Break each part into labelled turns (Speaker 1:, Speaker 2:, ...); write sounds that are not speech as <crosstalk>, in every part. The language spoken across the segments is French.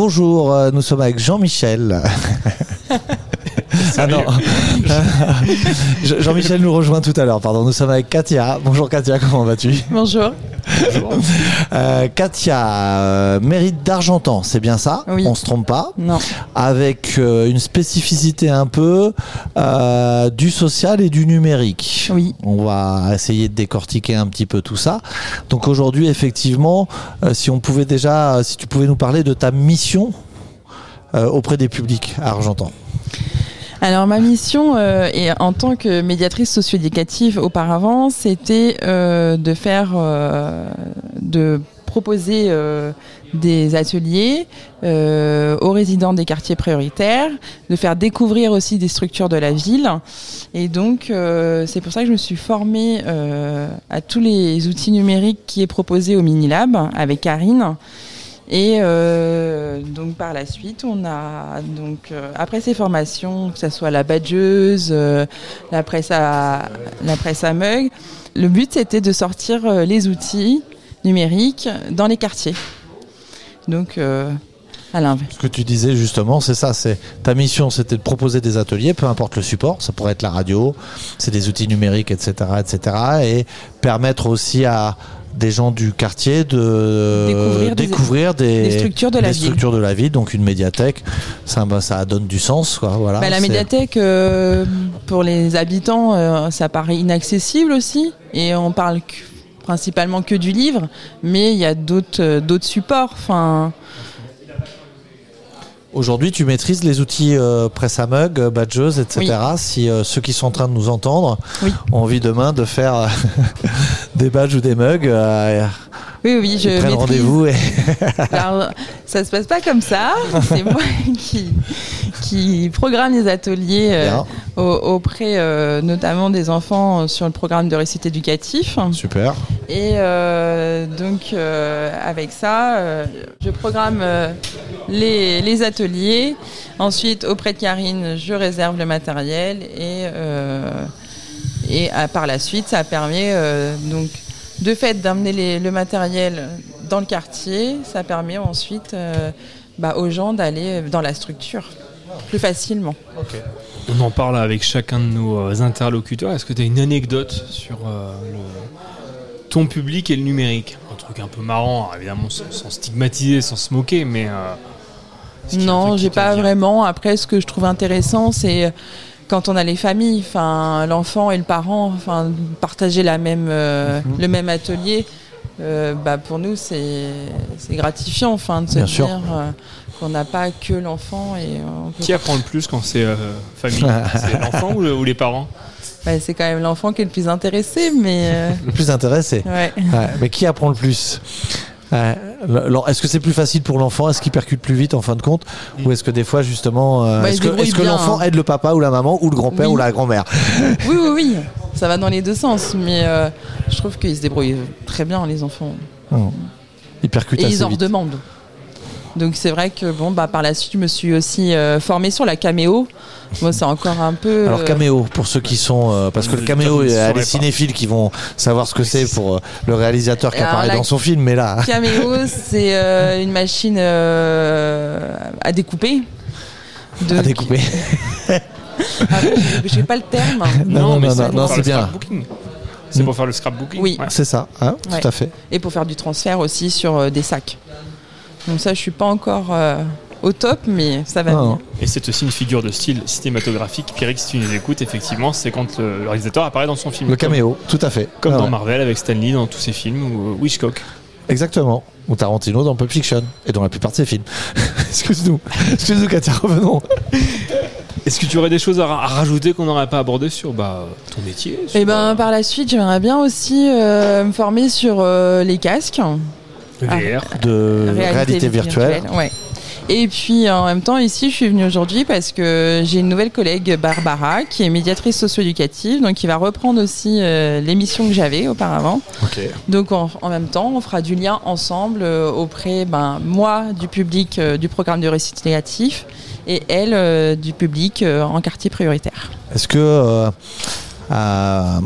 Speaker 1: Bonjour, euh, nous sommes avec Jean-Michel. ah non. Je- Jean-Michel nous rejoint tout à l'heure, pardon. Nous sommes avec Katia. Bonjour Katia, comment vas-tu
Speaker 2: Bonjour.
Speaker 1: Euh, Katia, euh, mérite d'Argentan, c'est bien ça
Speaker 2: Oui.
Speaker 1: On se trompe pas
Speaker 2: Non.
Speaker 1: Avec euh, une spécificité un peu euh, du social et du numérique.
Speaker 2: Oui.
Speaker 1: On va essayer de décortiquer un petit peu tout ça. Donc aujourd'hui, effectivement, euh, si on pouvait déjà, euh, si tu pouvais nous parler de ta mission euh, auprès des publics à Argentan.
Speaker 2: Alors ma mission euh, est, en tant que médiatrice socio-éducative auparavant, c'était euh, de faire, euh, de proposer euh, des ateliers euh, aux résidents des quartiers prioritaires, de faire découvrir aussi des structures de la ville. Et donc euh, c'est pour ça que je me suis formée euh, à tous les outils numériques qui est proposé au Minilab avec Karine. Et euh, donc par la suite, on a donc euh, après ces formations, que ce soit la badgeuse, euh, la presse à la presse à mug, le but c'était de sortir euh, les outils numériques dans les quartiers. Donc euh, à l'inverse.
Speaker 1: Ce que tu disais justement, c'est ça. C'est ta mission, c'était de proposer des ateliers, peu importe le support. Ça pourrait être la radio, c'est des outils numériques, etc., etc. Et permettre aussi à des gens du quartier de
Speaker 2: Découvrir des-
Speaker 1: découvrir des,
Speaker 2: des structures de la
Speaker 1: des
Speaker 2: ville.
Speaker 1: structures de la ville, donc une médiathèque. Ça, bah, ça donne du sens, quoi. Voilà.
Speaker 2: Bah, la
Speaker 1: Ah, C'est-
Speaker 2: médiathèque euh, pour les habitants, euh, ça paraît inaccessible aussi, et on parle que- principalement que du livre, mais il y a d'autres euh, d'autres supports. Enfin.
Speaker 1: Aujourd'hui, tu maîtrises les outils euh, presse à mug, euh, badgeuse, etc. Si euh, ceux qui sont en train de nous entendre
Speaker 2: Oui.
Speaker 1: ont envie demain de faire euh, <laughs> des badges ou des mugs, euh,
Speaker 2: Oui, oui, je
Speaker 1: ils prennent
Speaker 2: maîtrise.
Speaker 1: rendez-vous et
Speaker 2: Alors, ça se passe pas comme ça. C'est moi <laughs> qui, qui programme les ateliers euh,
Speaker 1: Bien.
Speaker 2: au- auprès euh, notamment des enfants euh, sur le programme de récit éducatif.
Speaker 1: Super.
Speaker 2: Et euh, donc, euh, avec ça, euh, je programme euh, les, les ateliers. Ensuite, auprès de Karine, je réserve le matériel. Et, euh, et à- par la suite, ça permet euh, donc, de fait, d'amener les- le matériel dans le quartier. Ça permet ensuite euh, bah, aux gens d'aller dans la structure plus facilement.
Speaker 3: On en parle avec chacun de nos euh, interlocuteurs. Est-ce que tu as une anecdote sur euh, le- ton public et le numérique Un truc un peu marrant, alors évidemment, sans, sans stigmatiser, sans se moquer, mais. euh, est-ce qu'il y a un
Speaker 2: Non,
Speaker 3: truc qui
Speaker 2: j'ai
Speaker 3: te
Speaker 2: pas
Speaker 3: vient
Speaker 2: vraiment. Après, ce que je trouve intéressant, c'est euh, quand on a les familles, enfin, l'enfant et le parent, enfin, partager la même, euh,
Speaker 3: Mhm.
Speaker 2: le même atelier. euh, bah, pour nous, c'est c'est gratifiant, enfin, de se
Speaker 1: Bien
Speaker 2: dire
Speaker 1: sûr.
Speaker 2: euh, qu'on n'a pas que l'enfant et euh, on peut-
Speaker 3: Qui apprend le plus quand c'est euh,
Speaker 1: <laughs>
Speaker 3: famille C'est l'enfant ou, le- ou les parents
Speaker 2: Bah, c'est quand même l'enfant qui est le plus intéressé, mais
Speaker 3: <laughs>
Speaker 2: euh,
Speaker 1: Le plus intéressé.
Speaker 2: ouais.
Speaker 1: Ouais, mais qui apprend le plus Ouais, le- le- Est-ce que c'est plus facile pour l'enfant Est-ce qu'il percute plus vite en fin de compte Ou est-ce que des fois justement, euh,
Speaker 2: Bah, il
Speaker 1: est-ce
Speaker 2: se
Speaker 1: que,
Speaker 2: débrouille
Speaker 1: est-ce que
Speaker 2: bien,
Speaker 1: l'enfant
Speaker 2: hein.
Speaker 1: aide le papa ou la maman ou le grand-père
Speaker 2: Oui.
Speaker 1: ou la grand-mère
Speaker 2: oui, oui, oui, ça va dans les deux sens, mais euh, je trouve qu'ils se débrouillent très bien les enfants.
Speaker 1: Il percute
Speaker 2: Et
Speaker 1: assez
Speaker 2: ils en
Speaker 1: vite.
Speaker 2: redemandent. Donc c'est vrai que bon bah par la suite je me suis aussi euh, formée sur la caméo. Moi c'est encore un peu.
Speaker 1: Alors
Speaker 2: euh, <laughs>
Speaker 1: caméo pour ceux qui sont euh, parce que le caméo
Speaker 3: Je ne
Speaker 1: il y a
Speaker 3: saurais
Speaker 1: les
Speaker 3: pas.
Speaker 1: cinéphiles qui vont savoir ce que c'est pour euh, le réalisateur qui
Speaker 2: Alors,
Speaker 1: apparaît
Speaker 2: la-
Speaker 1: dans son film mais là
Speaker 2: Cameo, c'est euh, une machine euh, à découper.
Speaker 1: à
Speaker 2: Donc-
Speaker 1: découper.
Speaker 2: Ah, je- je sais pas le terme.
Speaker 1: <laughs> Non, non, non,
Speaker 3: c'est
Speaker 1: non,
Speaker 3: pour
Speaker 1: non,
Speaker 3: faire
Speaker 1: c'est
Speaker 3: le
Speaker 1: bien.
Speaker 3: scrapbooking. C'est
Speaker 1: Mm.
Speaker 3: pour faire le scrapbooking
Speaker 2: Oui.
Speaker 3: Ouais.
Speaker 1: C'est ça, hein,
Speaker 2: Ouais.
Speaker 1: tout à fait.
Speaker 2: Et pour faire du transfert aussi sur euh, des sacs. Donc ça je suis pas encore euh, au top mais ça va
Speaker 1: Non,
Speaker 2: venir.
Speaker 1: non.
Speaker 3: Et c'est aussi une figure de style cinématographique. Pierrick, si tu nous écoutes, effectivement, c'est quand le, le réalisateur apparaît dans son film.
Speaker 1: Le caméo, tout à fait.
Speaker 3: Comme
Speaker 1: Ah
Speaker 3: dans
Speaker 1: ouais.
Speaker 3: Marvel avec Stan Lee dans tous ses films ou euh, Hitchcock.
Speaker 1: Exactement. Ou Tarantino dans Pulp Fiction et dans la plupart de ses films. <laughs> Excuse-nous, excuse-nous Katia, revenons.
Speaker 3: Est-ce que tu aurais des choses à, ra- à rajouter qu'on n'aurait pas abordé sur bah, ton métier sur,
Speaker 2: Et ben par la suite j'aimerais bien aussi euh, me former sur euh, les casques.
Speaker 3: euh,
Speaker 2: ah.
Speaker 3: VR
Speaker 1: de Mmh. réalité, virtuelle.
Speaker 2: ouais. Et puis euh, en même temps, ici, je suis venue aujourd'hui parce que j'ai une nouvelle collègue, Barbara, qui est médiatrice socio-éducative, donc qui va reprendre aussi euh, l'émission que j'avais auparavant. Donc en, en même temps, on fera du lien ensemble euh, auprès, ben, moi, du public euh, du programme de récit créatif et elle, euh, du public euh, en quartier prioritaire.
Speaker 1: Est-ce que euh, euh,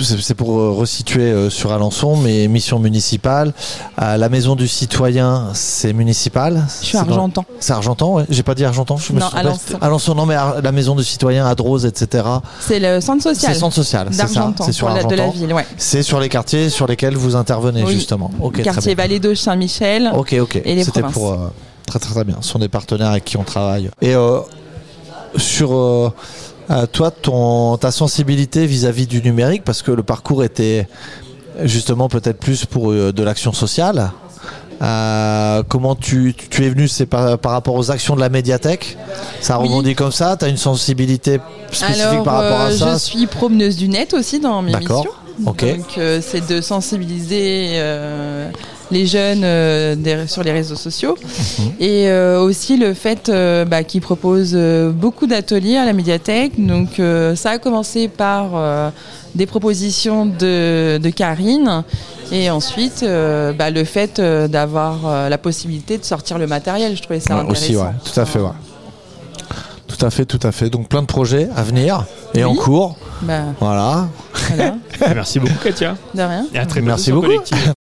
Speaker 1: c'est c'est pour euh, resituer euh, sur Alençon, mais mission municipale. À la maison du citoyen, c'est municipal.
Speaker 2: Je suis
Speaker 1: C'est dans-
Speaker 2: argentan.
Speaker 1: C'est Argentan, ouais. J'ai pas dit Argentan, je me
Speaker 2: Non,
Speaker 1: suis trompé.
Speaker 2: Alençon.
Speaker 1: Alençon, non, mais Ar- la maison du citoyen, à Drose, etc.
Speaker 2: C'est le centre
Speaker 1: C'est
Speaker 2: social
Speaker 1: centre social, c'est ça.
Speaker 2: d'Argentan,
Speaker 1: C'est sur
Speaker 2: pour la- de la
Speaker 1: Argentan.
Speaker 2: ville, ouais.
Speaker 1: C'est sur les quartiers sur lesquels vous intervenez,
Speaker 2: Oui.
Speaker 1: justement. Ok,
Speaker 2: Quartier
Speaker 1: très bien.
Speaker 2: Vallée d'Auge <laughs> Saint-Michel.
Speaker 1: Ok, ok.
Speaker 2: et les
Speaker 1: C'était
Speaker 2: provinces.
Speaker 1: pour. euh, très, très, très bien. Ce sont des partenaires avec qui on travaille. Et euh, sur. euh, euh, toi, ton, ta sensibilité vis-à-vis du numérique, parce que le parcours était justement peut-être plus pour euh, de l'action sociale. Euh, comment tu, tu- tu es venu c'est par, par rapport aux actions de la médiathèque Ça
Speaker 2: Oui.
Speaker 1: rebondit comme ça Tu as une sensibilité spécifique
Speaker 2: Alors,
Speaker 1: par rapport à
Speaker 2: euh,
Speaker 1: ça
Speaker 2: je suis promeneuse du net aussi dans mes
Speaker 1: D'accord.
Speaker 2: missions.
Speaker 1: Ok.
Speaker 2: Donc, euh, c'est de sensibiliser euh, les jeunes euh, des- sur les réseaux sociaux.
Speaker 1: Mhm.
Speaker 2: Et euh, aussi le fait euh, bah, qu'ils proposent euh, beaucoup d'ateliers à la médiathèque. Donc, euh, ça a commencé par euh, des propositions de, de Karine. Et ensuite, euh, bah, le fait euh, d'avoir euh, la possibilité de sortir le matériel. Je trouvais ça
Speaker 1: Ouais,
Speaker 2: intéressant.
Speaker 1: aussi, ouais. Tout à fait, ouais. Tout à fait, tout à fait. Donc plein de projets à venir et
Speaker 2: Oui.
Speaker 1: en cours.
Speaker 2: Bah,
Speaker 1: Voilà.
Speaker 2: voilà,
Speaker 3: Merci beaucoup, Katia.
Speaker 2: de rien.
Speaker 3: Et à très bientôt
Speaker 1: Merci
Speaker 3: sur
Speaker 1: beaucoup.
Speaker 3: Collective.